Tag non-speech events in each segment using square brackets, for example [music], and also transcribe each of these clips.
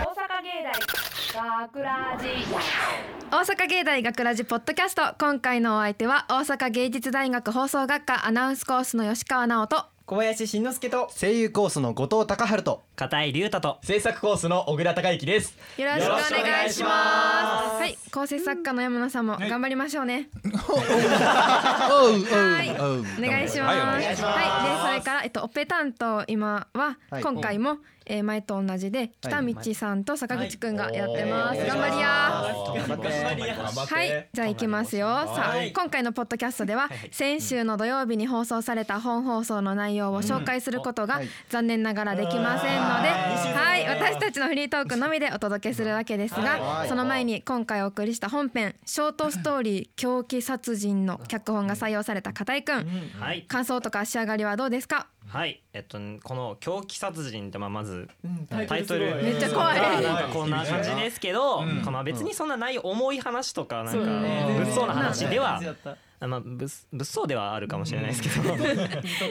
大学ラジ大阪芸大学ラジポッドキャスト今回のお相手は大阪芸術大学放送学科アナウンスコースの吉川直人小林慎之介と声優コースの後藤隆春と片井龍太と制作コースの小倉孝之ですよろしくお願いしますはい構成作家の山野さんも頑張りましょうね、おうおうはいおうお願いします。はい、でそれからえっとオペ担当今ははい今回も、えー前と同じで北道さんと坂口くんがやってます。頑張りやー。頑張りやはい、じゃあ行きますよ。さあ、今回のポッドキャストでは、先週の土曜日に放送された本放送の内容を紹介することがはい残念ながらできませんので、はい、私たちのフリートークのみでお届けするわけですはが、いその前に今回お送りした本編ショートストーリー狂気殺人の脚本が採用された片井くん、はい感想とか仕上がりはどうですか？はいえっとこの狂気殺人ってまあまずタタイトルめっちゃ怖いがなんかこんな感じですけど、まあ別にそんなない重い話とかなんかそうだね物騒な話では人にあまあ物物騒ではあるかもしれないですけど、とっ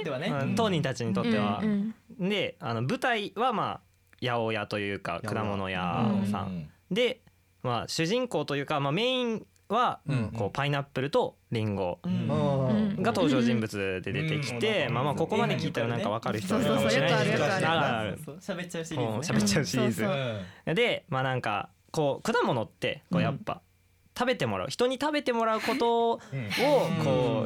てはね、うん [laughs] 当人たちにとっうんてはう、んであの舞台はまあ八百屋というか果物屋さん、で、まあ、主人公というか、まあ、メインはうんこうパイナップルとリンゴうんうんが登場人物で出てきて、うんまあまあここまで聞いたらなんかわかる人はそいそうそうるかもうしれよくなあいるよくある。ですけどあるあるそうそう喋っちゃうシリうんーズ喋ねっちゃうシリーそうズそでまあなんかこう果物ってこうやっぱ食べてもらう人に食べてもらうことをうんこ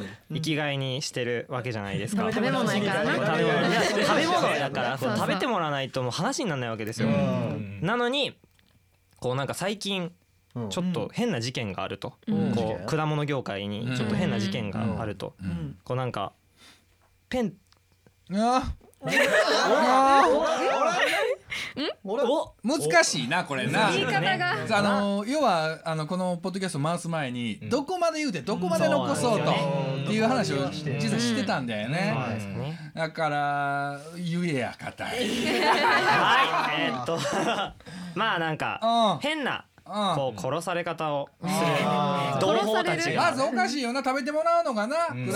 ううん生きがいにしてるわけじゃないですか食べ物やからな食べ物いや食べ物だからそうそう食べてもらわないともう話にならないわけですようんなのにこうなんか最近うんちょっと変な事件があると、うんこう果物業界にちょっと変な事件があると、んこうなんかペンあを難しいなこれな言い方があの要はあのこのポッドキャスト回す前にどこまで言うてどこまで残そうとっていう話を実際してたんだよねそうですねだからゆえやかたいはいえーっと [laughs] まあなんうんか変なうんこう殺され方をするあ同胞たちまがずおかしいよな食べてもらうのがな果物の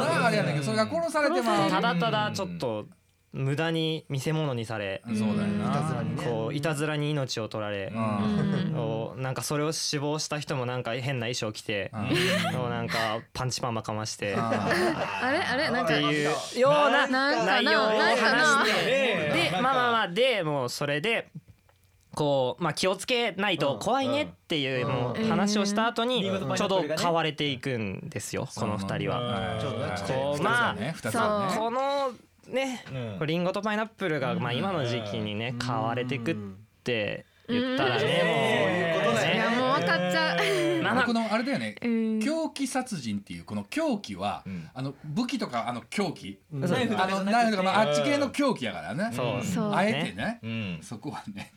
なあれやねんけどそれが殺されてまうただただちょっと無駄に見せ物にされそうだよなこういたずらに命を取られうんおなんかそれを死亡した人もなんか変な衣装着ておなんかパンチパーマかましてあれあれなんっかていうようななんかな内容をなんかな話してでまあまあまあでもうそれでこうまあ気をつけないと怖いねっていうもう話をした後にうんちょうど買われていくんですよこの二人は。ちょっとなこうまあね二つそうはねこのねうんリンゴとパイナップルがまあ今の時期にね買われてくって言ったらねもういやもう分かっちゃう。まあまあこのあれだよねうん狂気殺人っていうこの狂気は、あの武器とかあの狂気、あナイフとかじゃなのくてナイフとか、まあ、あっち系の狂気やからね、そうそうあえてね、うんそこはね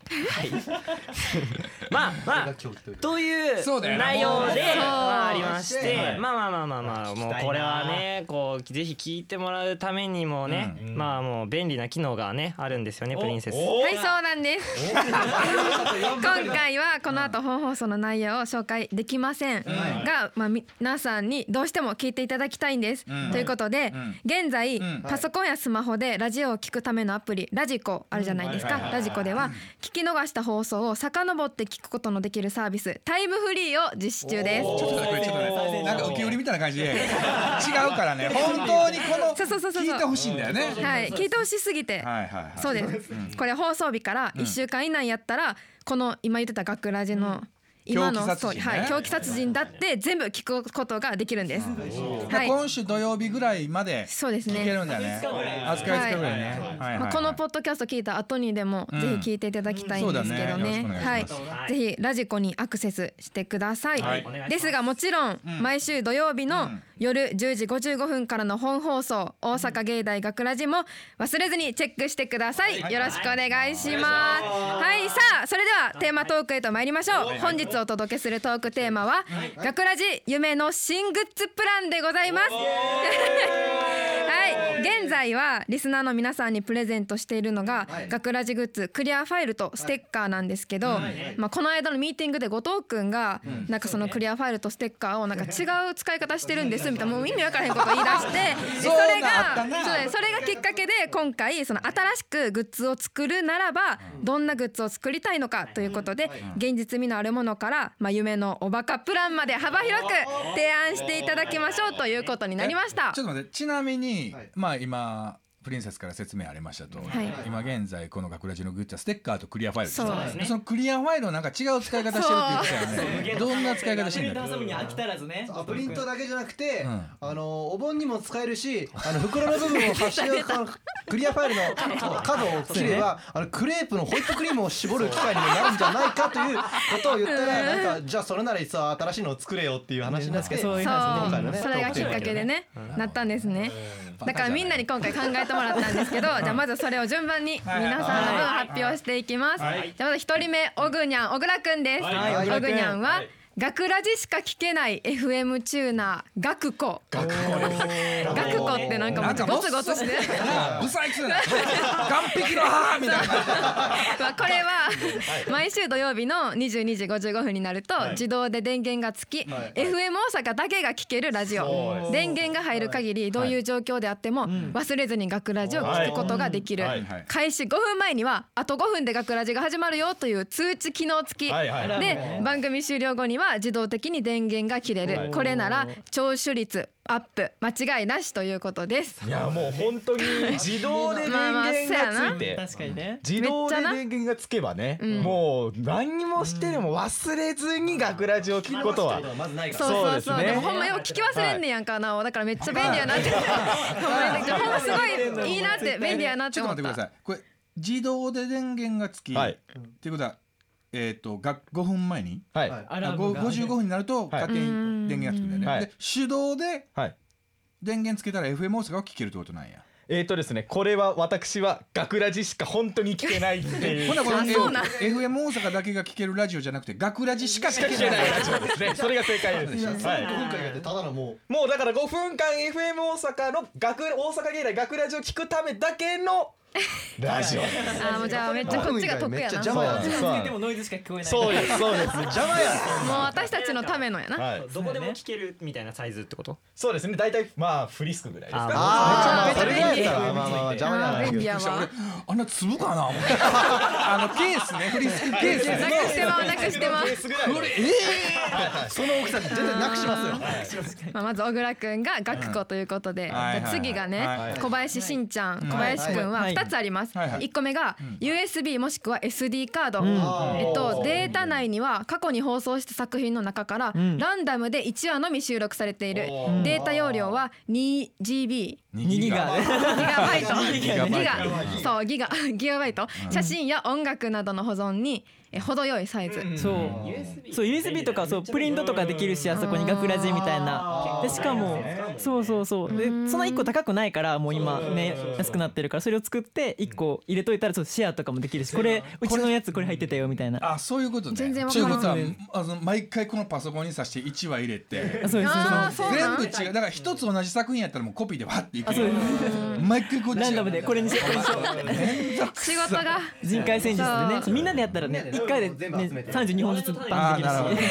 まあまあというそうだよな内容でそうまあありましはていまあまあまあまあまあ聞きたいもうなこれはねこうぜひ聞いてもらうためにもねうんまあもう便利な機能がねあるんですよねプリンセス。はい、そうなんです。今回はこの後本放送の内容を紹介できませんが、まあみ皆さんにどうしても聞いていただきたいんです。うんということで、ん現在、んパソコンやスマホでラジオを聞くためのアプリラジコあるじゃないですか。ラジコでは聞き逃した放送を遡って聞くことのできるサービスタイムフリーを実施中です。ちょっと待ってちょっと待ってなんか受け売りみたいな感じで違うからね本当にこのそうそうそうそう聞いてほしいんだよねはい、聞いてほしすぎて。はいはいはいそうです。これ放送日から1週間以内やったら、この今言ってた学ラジの。今の狂気殺人そうねはい、狂気殺人だって全部聞くことができるんです。だかはらい、今週土曜日ぐらいまでそうですね聞けるんだよね扱いつかぐらいね、はいはいまあ、このポッドキャスト聞いた後にでも、うんぜひ聞いていただきたいんですけどそうだねねよろしくお願いしはいますはいぜひラジコにアクセスしてください、ですがもちろん、毎週土曜日の夜10時55分からの本放送大阪芸大学ラジも忘れずにチェックしてください、よろしくお願いしますはい、さあそれではテーマトークへと参りましょう、本日お届けするトークテーマは、 [laughs] 学ラジ夢の新グッズプランでございます、はい、現在はリスナーの皆さんにプレゼントしているのが「学ラジグッズクリアファイル」とステッカーなんですけど、まあ、この間のミーティングで後藤君がなんかそのクリアファイルとステッカーをなんか違う使い方してるんですみたいなもう意味わからへんこと言い出して [laughs] でそれがそうだよそれがきっかけで今回その新しくグッズを作るならばどんなグッズを作りたいのかということで現実味のあるものから、まあ、夢のおバカプランまで幅広く提案していただきましょうということになりましたちょ。っと待ってちなみに、まあ今プリンセスから説明ありましたと、はい今現在この学ラジのグッズはステッカーとクリアファイルですねそうですねそのクリアファイルをなんか違う使い方してるって言ってたよね [laughs] どんな使い方してるんだろう遊びに飽きたらずねあプリントだけじゃなくて、うんあのお盆にも使えるしあの袋の部分を発してクリアファイルの角を切ればあのクレープのホイップクリームを絞る機械にもなるんじゃないかということを言ったらなんかじゃあそれならいっそ新しいのを作れよっていう話になってそう、今回のねそれがきっかけでね、なったんですね。だからみんなに今回考えてもらったんですけど、じゃあまずそれを順番に皆さんの分発表していきます。じゃあまず一人目、おぐにゃん、小倉くんです。はいおぐにゃんは、学ラジしか聞けない FM チューナー、学子。学子ってなんかもなうんかゴツゴツして。なんかブサイ [laughs] クな岸壁の母みたいなまあこれは毎週土曜日の22時55分になると自動で電源がつき FM 大阪だけが聴けるラジオ電源が入る限りどういう状況であっても忘れずに学ラジを聴くことができるはいはい開始5分前にはあと5分で学ラジが始まるよという通知機能付きはいはいなるで番組終了後には自動的に電源が切れるこれなら聴取率アップ間違いなしということですいやもう本当に自動で電源がついて確かにね自動で電源がつけばねもう何にもしてでも忘れずに学ラジを聞くことはまずないかそうそうそそううですでねもほんまよう聞き忘れんねやんかな、だからめっちゃ便利やなって、 [laughs] ほんまにほんますごいいいなって便利やなっちてょっと思待っってくださたいこれ自動で電源がつき、はいっていうことはえっ、とが5分前にはいアラームが55分になるとはい勝手に電源がつくんだよね、はいで手動ではい電源つけたら FM 大阪を聞けるってことなんや、えーとですねこれは私は学ラジしか本当に聞けないっていほうなこのあそうなん FM 大阪だけが聞けるラジオじゃなくて学ラジしか [laughs] 聞けないラジオですね [laughs] それが正解ですはい今回やってただのももうだから5分間 FM 大阪の学大阪芸大学ラジを聞くためだけのラジオあーもうじゃあめっちゃこっちが得やめっちゃな邪も魔うつけやそうてもノイズしか聞こえないそうですそうです邪魔や私たちのためのやな、はいどこでも聞けるみたいなサイズってことそうですね大体まあフリスクぐらいですかあねあーめっちゃ便利まあそれぐらいやったらまあまあまあ邪魔じゃ [laughs] あなーい便利やそしてわ俺あんな粒か [laughs] な思ってあのケースねフリスクケースなねくしてまうなくしてまうフリスクぐらいのその大きさ全然なくしますよまあ、まず小倉くんが学子ということで、じゃあ次がね、はいはいはい小林しんちゃん、小林くんは2つあります、はいはい1個目が USB もしくは SD カード、えっと、データ内には過去に放送した作品の中からランダムで1話のみ収録されている、データ容量は 2GB 2ギガねギガバイトギガギガそうギガギガバイト写真や音楽などの保存にえ程よいサイズ、そうそう USB とかそうプリントとかできるしあそこに学ラジみたいなでしかもそうそうそうでその1個高くないからもう今ね安くなってるからそれを作って1個入れといたらそうシェアとかもできるしこれうちのやつこれ入ってたよみたいなあそういうことね全然わとかいらうんことはあの毎回このパソコンに挿して1話入れてあそうですあーそう全なん部違うだから一つ同じ作品やったらもうコピーでわっていけあそうるです毎回こっちランダムでこれにしようこれにしよ仕事がう人海戦術でねみんなでやったらね1回でね32本ずつバンできるし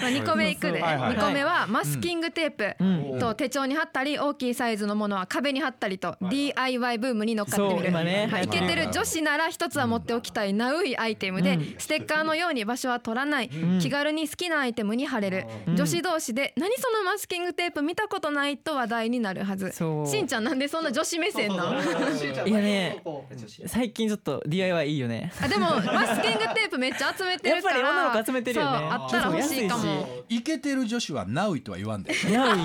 まあ、2個目いくで、はいはい2個目はマスキングテープ、んと手帳に貼ったり大きいサイズのものは壁に貼ったりと DIY ブームに乗っかってみそうる、今ねはい、イ流行ケっててるる女子なら一つは持っておきたいナウいアイテムで、ステッカーのように場所は取らない、気軽に好きなアイテムに貼れる、女子同士で「何そのマスキングテープ見たことない」と話題になるはずそうしんちゃんなんでそんな女子目線なのいやね最近ちょっと DIY いいよねあでもマスキングテープめっちゃ集めてるからやっぱり女の子集めてるよねそうあったら欲しいかそう安いもしイケてる女子はナウイとは言わんで似合う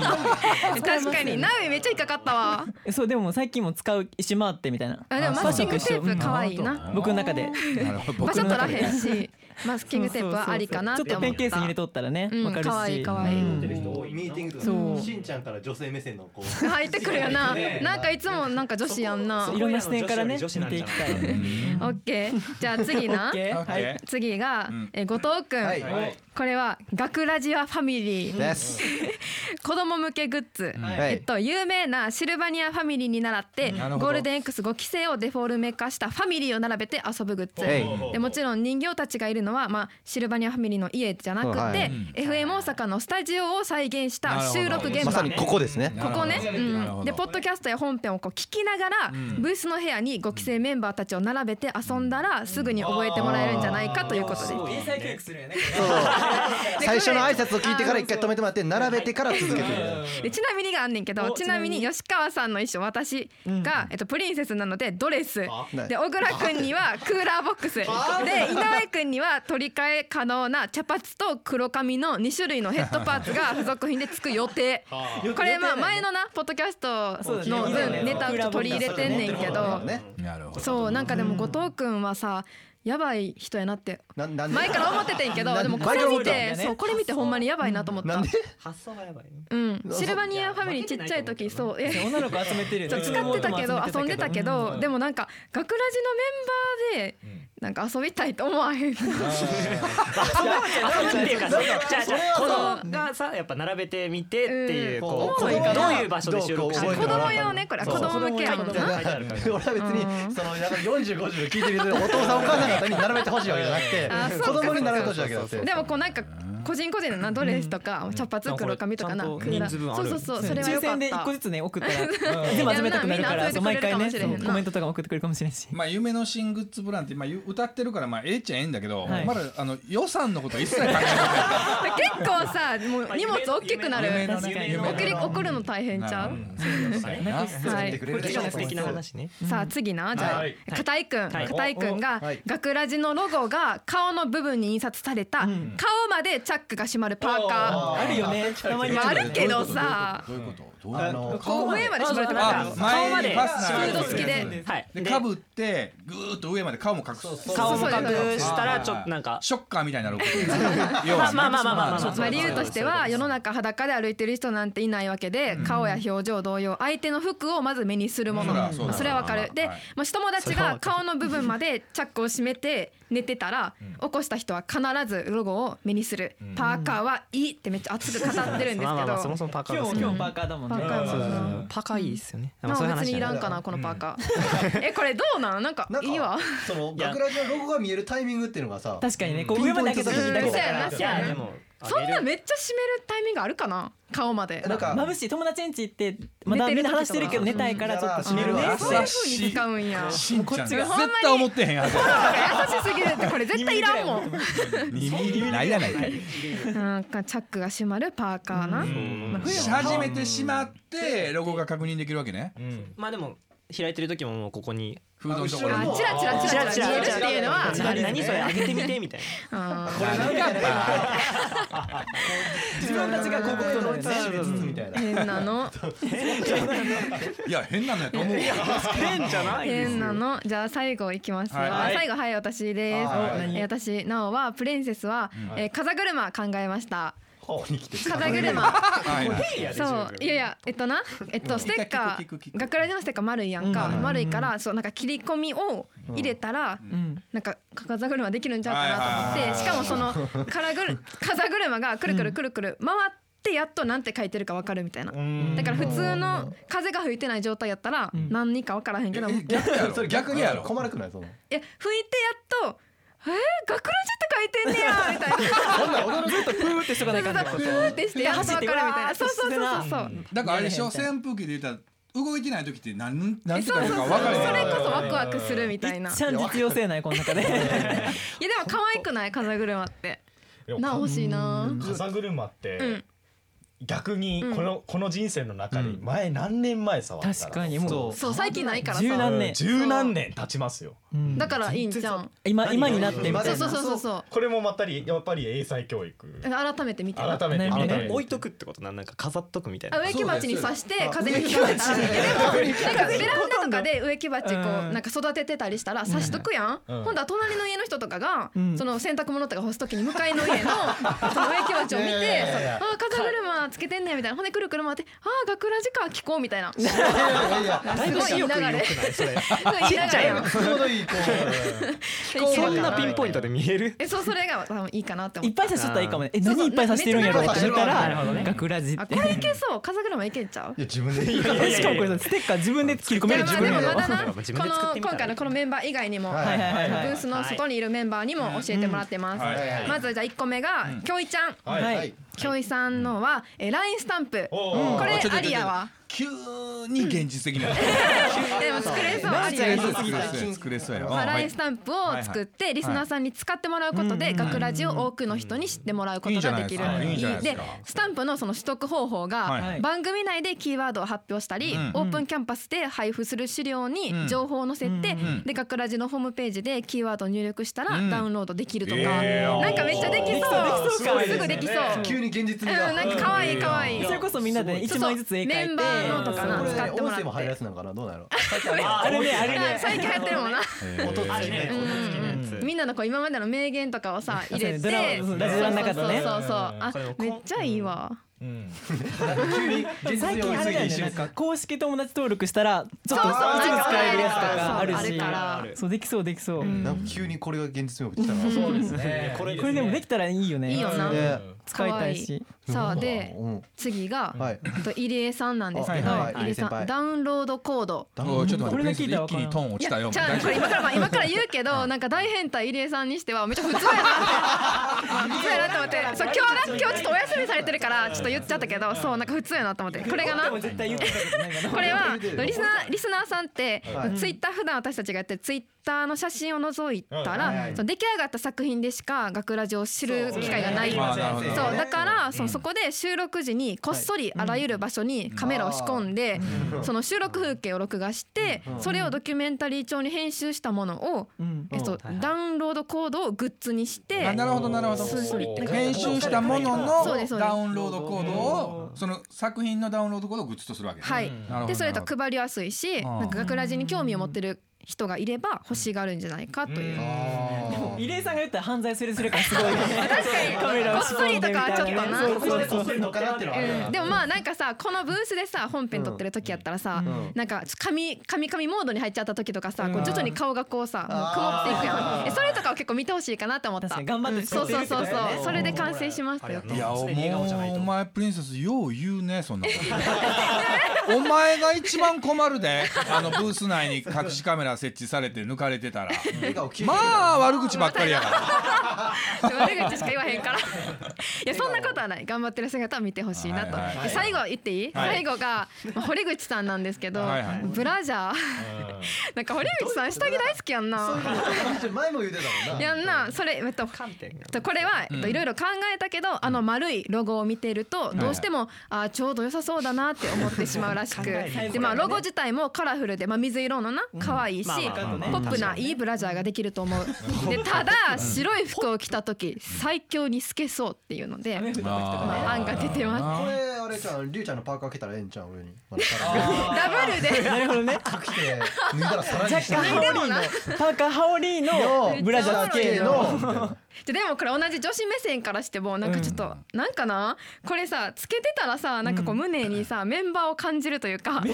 確かにナウめっちゃ引っかかったわ [laughs] そうでも最近も使うしまってみたいなあでもあマスキングテーそうプ可愛いな僕の中でなるほど場僕所の取ら中で [laughs] へんしマスキングテープはありかなっそうてそうそうちょ思っっとペンケースに入れたとったらねうんわかるし可愛い可愛いミーティングそうしんちゃんから女性目線のこう入ってくるよななんかいつもなんか女子やんなそういろんな視点からね見ていきたいオッケーじゃあ次なオッケーオッケー次がえ後藤くんはいこれは学ラジアファミリーです。子供向けグッズ、はいえっと有名なシルバニアファミリーに倣ってゴなるほどールデン X5 期生をデフォルメ化したファミリーを並べて遊ぶグッズ、えいでもちろん人形たちがいるのは、まあ、シルバニアファミリーの家じゃなくて、はい FM 大阪のスタジオを再現した収録現場まさにここですね。ここね、なるうほん、どでポッドキャストや本編をこう聞きながら、ブースの部屋に5期生メンバーたちを並べて遊んだらすぐに覚えてもらえるんじゃないかということです。英才教育するよね。最初の挨拶を聞いてから一回止めてもらって並べてから続けてる。でちなみにがあんねんけどちなみに吉川さんの衣装私が、えっと、プリンセスなのでドレスないで小倉君にはクーラーボックスで井上君には取り替え可能な茶髪と黒髪の2種類のヘッドパーツが付属品で付く予定これまあ前のなポッドキャストの分ネタを取り入れてんねんけどね。なるほどそうなんかでも後藤君はさやばい人やなってななんで前から思っててんけどでもこれ見てそうこれ見てほんまにやばいなと思ったなんで？発想がやばいうん、シルバニアファミリーちっちゃい時そうえ女の子集めてるそう使ってたけど遊んでたけど、でももなんか学ラジのメンバーでなんか遊びたいと思わへんなんていうかさじゃあじゃあ子供がさやっぱ並べてみてっていううんこう思どううよねいう場所で収録して子る供用ねこれはそう子供向けやもん書ないてあるから俺は別うにんそのなんか40、50聞いてるお父さんお母さん方に並べてほしいわけじゃなあくそうかて、子供に並べてほしいわけだって。でもこうなんか個人個人のなドレスとか茶髪黒髪とかなうんクーラーちゃんと人数分あそうるそうそうそれは抽よか選っで一個たずつね送ったら全部集めたくなるかいやみんならそう毎回みんなね集めてくれるかもしれへんなそうコメントとかも送ってくれるかもしれないし [laughs] まあ夢の新グッズブランって今ゆ歌ってるからまあええっちゃええんだけど、はいまだあの予算のことは一切考えてない結構さもう荷物大き [laughs] くなる夢の確かねに夢の送り送るの大変ちゃうなは作っていくれるでしょ。素敵な話ねさあ次なじゃあはい片井くんはい片井くんがはい学ラジのロゴが顔の部分に印刷された顔までチャックが閉まるパーカあるよねたまーにまああるけどさどういうことどういうことあのこう上まで閉まるってなんあか顔ま前にでファスナーシールド付きやつではいででかぶってぐーっと上まで顔も隠す顔もそう隠そうしたらちょっとなんかショッカーみたいになることまあまあまあまあまあまあまあ理由としては世の中裸で歩いてる人なんていないわけで顔や表情同様相手の服をまず目にするものうんそうだまあそれはわかるではいもし友達が顔の部分までチャックを閉めて寝てたら起こした人は必ずロゴを目にするパーカーはいいってめっちゃ熱く語ってるんですけどまあまあまあそもパそもパーカー今で日すね今日パーカーだもんねーカーそうそうそはうパーカーいいですよねまそういうあ話別にいらんかなこのパーカーえこれどうなんなんかなんかいいわその学ラジのロゴが見えるタイミングっていうのがさ、確かにねこう上まで開けた時だけだからうんいやでもそんなめっちゃ閉めるタイミングあるかな顔までなんか眩しい友達ん家行ってまだみんな話してるけど寝たいからちょっと閉めるねうんそういう風に使うんやしんちゃんちがほんまに絶対思ってへんやつ優しすぎるってこれ絶対いらんもん耳にないやないかなんかチャックが閉まるパーカーな。し始めてしまってロゴが確認できるわけねまあでも開いてる時ももうここにフードのところあにチラチラチラチラ見えるっていうのはな何それ上げてみてみたいあーこれなんか自分たちが広告となるねみたいな。変なのいや変なんだと思うな変じゃない変なのじゃあ最後いきますよ、はい最後はい私です、はいえー私なおはプリンセスは、えー風車考えましたここに来て。風車はいはいそういやいやえっとなえっとステッカ聞く聞くー聞く学ラジのステッカー丸いやんか、うん丸いからそうなんか切り込みを入れたら、うんなんか風車できるんちゃうかなと思ってしかもそのからぐる風車がくるくるくるくる回ってやっとなんて書いてるかわかるみたいなだから普通の風が吹いてない状態やったらん何にかわからへんけどいや吹いてやっ逆やろそれ逆やろ困らくないその。と「えー、学ラジって書いてんねや」みたいなプーってしとかないかんふーってしてやっとわかるみたいわーなっそとうそうしてなそうそうだからあれでしょ扇風機で言ったら動いてない時ってなんなんて書いてるかそう分そうかそれれへんこそワクワクするみたいな。いやちゃん実用性ないこの中ででも可愛くない風車って。でもな欲しいな。風車って、うん逆にこの、この人生の中に前何年前触ったら確かにもうそう最近ないから柔さ。軟うねん十何年経ちますようんだからいいんじゃん。今今になってみたそいうそうなそうそうそう。これもまったりやっぱり英才教育改めて見てな改めてね見ねて置いとくってことなんなんか飾っとくみたいあな植木鉢に刺して風に吹かせたらいやでもなんかベランダとかで植木鉢こううんなんか育ててたりしたら刺しとくやん、うん今度は隣の家の人とかが、うんその洗濯物とか干す時に向かいの家のその植木鉢を見て「いやいやいやいやあ風車なつけてんねんみたいなほんでくるくる回ってああ学ラジか聞こうみたいなすいや [laughs] ごい言いながらすごい言いながらよちょうどいいこそんなピンポイントで見えるえそうそれが多分いいかなってい思っったぱい刺しとったらいいかもねえ何いっぱい刺してるんやろって言ったら学ラジっあてこれいけそう風車いけんちゃうういや自分で言ういやいやしかもこれステッカー自分で切り込いめやるまあ自で分もやまだろなそうだこ自分で作ってのみたら今回のこのメンバー以外にもブはいはいはいースの外にいるメンバーにも教えてもらってますはいはいまずじゃあ1個目がきょいちゃんはいはいはいきょいさんのはえー LINE スタンプこおーれあちょっとアリアは急に現実的な。 [laughs] でも作れそうアリア作れはそう作れそう作れそうやろ。まあ、うんは LINE いスタンプを作ってリスナーさんに使ってもらうことで「学ラジ」を多くの人に知ってもらうことができるいいじゃないですかいいじゃないですかスタンプのその取得方法はがい番組内でキーワードを発表したり、うんオープンキャンパスで配布する資料うにん情報を載せて、んで「学ラジ」のホームページでキーワードを入力したらうんダウンロードできるとか、えーなんかめっちゃできそうできそうできそうかすぐできそう。急に現実うん、味がなんか可愛い可愛いそれこそみんなでそう一枚ずつ絵描いてメンバーノートかなこれ使ってもらって音声も入るやつなのかなどうなのあれねあれあね最近流行ってるもんな音付きねみんなのこう今までの名言とかをさ入れそうてねドラマラジオの中とねそうそうそうそうあこれをこうめっちゃいいわ最近あれだよね急に現実味を追い過ぎ瞬なん間か公式友達登録したらちょっとそうそう一部使えるやつとかあるそうしそうあるからそうできそうできそうこなんか急にこれが現実味を帯びてきたなそうですね。これれでもできたらいいよねいいよなね使いたいしさあでうん次がはいえっと入江さんなんですけどはいはいはい入江さ入江先ん輩ダウンロードコードダウンローおドいちょっと待って、これが聞いたら一気にトーン落ちたよ。じゃあこれ今からまあ今から言うけどなんか大変態入江さんにしてはめっちゃ普通やなって普通やなと思ってそう今日な今日ちょっとお休みされてるからちょっと言っちゃったけどそうなんか普通やなと思ってこれがな絶対言ってたけどないかなこれはリスナーリスナーさんって、はいツイッター普段私たちがやってるツイッターの写真を覗いたら、はいはいその出来上がった作品でしか学ラジを知る機会がない。まあなるほどそうだからそのそこで収録時にこっそりあらゆる場所にカメラを仕込んで、その収録風景を録画して、それをドキュメンタリー調に編集したものを、うんえっとダウンロードコードをグッズにして、あなるほどなるほどすごい編集したも [laughs] のそうですそうのですダウンロードコードをその作品のダウンロードコードをグッズとするわけねはいなるほどでそれと配りやすいしあーなんか学ラジに興味を持ってる人がいれば欲しがるんじゃないかという。でも入江さんが言ったら犯罪するするからすごいよね確かに [laughs] カメラを仕込んでみたいなこっそりとかねはちょっとなそうそうそう乗っかってるわうんでもまあなんかさこのブースでさ本編撮ってる時やったらさ、なんか神神神モードに入っちゃった時とかさ、こう徐々に顔がこうさもう曇っていくやんえそれとかを結構見てほしいかなと思った確かに頑張ってそ作うっそうてそうそうそれで完成しましたよいやお常に笑顔じゃない前とお前プリンセスよう言うねそんなこと [laughs] お前が一番困るであのブース内に隠しカメラ設置されて抜かれてたら笑顔急にまあ悪口ばっかりやか悪口しか言わへんから [laughs] いやそんなことはない頑張ってる姿を見てほしいなと、はいはいで最後言っていい、はい最後が、まあ、堀口さんなんですけど、はいはいブラジャーなんか堀口さん下着大好きやんな前も言うてたもんなやんなそれえっとえっとこれはえっといろいろ考えたけど、あの丸いロゴを見てるとどうしても、あーちょうど良さそうだなって思ってしまうらしくで、まあ、ロゴ自体もカラフルで、まあ、水色のな可愛いし、まあまあまあポップないいブラジャーができると思うでただ白い服を着た時最強に透けそうっていうので、ら [laughs] まあ、あ案が出てます。これあれちゃんリュウちゃんのパーカー着たらええんちゃう上にまださダブルでなるほどねらに着て脱いだらさらに若干下ハオリーのパーカーハオリーのブラジャー系のみたいなででもこれ同じ女子目線からしてもなんかちょっと、なんかなこれさつけてたらさなんかこう胸にさ、メンバーを感じるというかなんか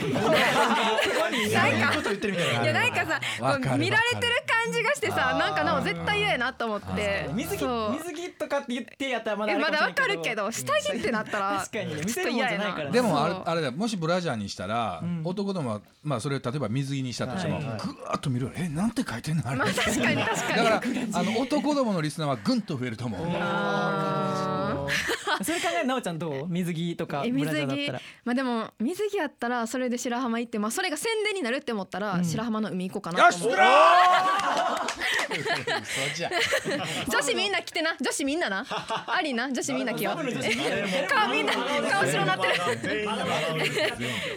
こと言ってるみたいないやなんかさわかるこう見られてる感じがしてさなんかな絶対嫌やなと思って水着そう水着とかって言ってやったらまだえあれまだもしれわんかるけど下着ってなったら [laughs] 確かにね見ちょせっとるもん嫌じやゃないかならでもあれそうあれだもしブラジャーにしたら、男どもはまあそれを例えば水着にしたとしても、はいぐーっと見るよえなんて書いてんのあれ、まあ確かに確かにだからあの男どものリスナーはぐんと増えると思う。あーそれ考えたらなおちゃんどう水着とかえブラジ水ャーだっ着たらまあでも水着やったらそれで白浜行ってまあそれが宣伝になるって思ったら白浜の海行こうかなよとし思作うろう女子みんな来てな女子みんななありな女子みんな来よう [laughs] 顔みんな顔白なってる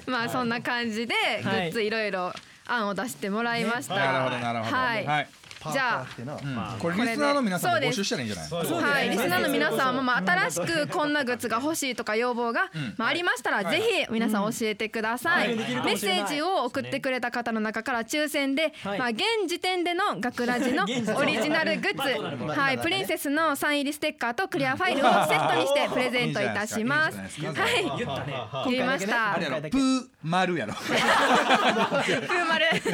まあそんな感じでグはいッズいろいろ案を出してもらいましたなるほどなるほど。はいじゃあってなうんこれリスナーの皆さんも募集したらいいんじゃないそうですねはい、リスナーの皆さんも、まあ、新しくこんなグッズが欲しいとか要望が、まあ、ありましたら、はいぜひ皆さん教えてください、メッセージを送ってくれた方の中から抽選で、はいまあ、現時点での「学ラジ」のオリジナルグッズ、はい、プリンセスのサイン入りステッカーとクリアファイルをセットにしてプレゼントいたします。いいじゃないですかいいはい言ったね言いましたあれ。やろプーマルやろプーマル [laughs] プ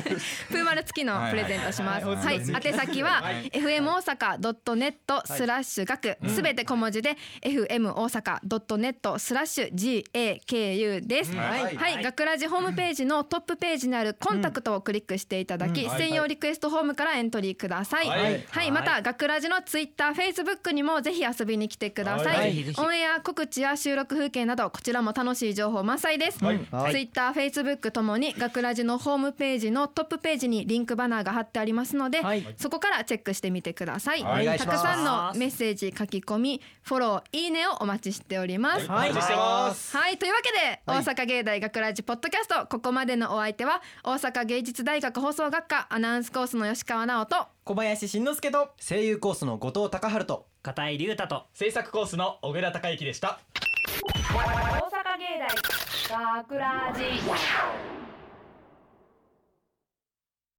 ーマル付きのプレゼントします。ははいい、はいはい宛先は fm 大阪ドットネットスラッシュ学すべて小文字で fm 大阪ドットネットスラッシュ g a k u です。はいはい、はい学ラジホームページのトップページにあるコンタクトをクリックしていただき、専用リクエストフォームからエントリーください。はいはい、また学ラジのツイッター、フェイスブックにもぜひ遊びに来てください。はいぜひぜひオンエア告知や収録風景などこちらも楽しい情報満載です。はいはいツイッター、フェイスブックともに学ラジのホームページのトップページにリンクバナーが貼ってありますので、はいそこからチェックしてみてください。はいお願いたしまくすさんのメッセージ書き込み、フォロー、いいねをお待ちしております。お待ちしてますはいというわけで、大阪芸大学ラジポッドキャストここまでのお相手は大阪芸術大学放送学科アナウンスコースの吉川直人小林慎之介と声優コースの後藤隆春と片井龍太と制作コースの小倉孝之でした大阪芸大学ラジ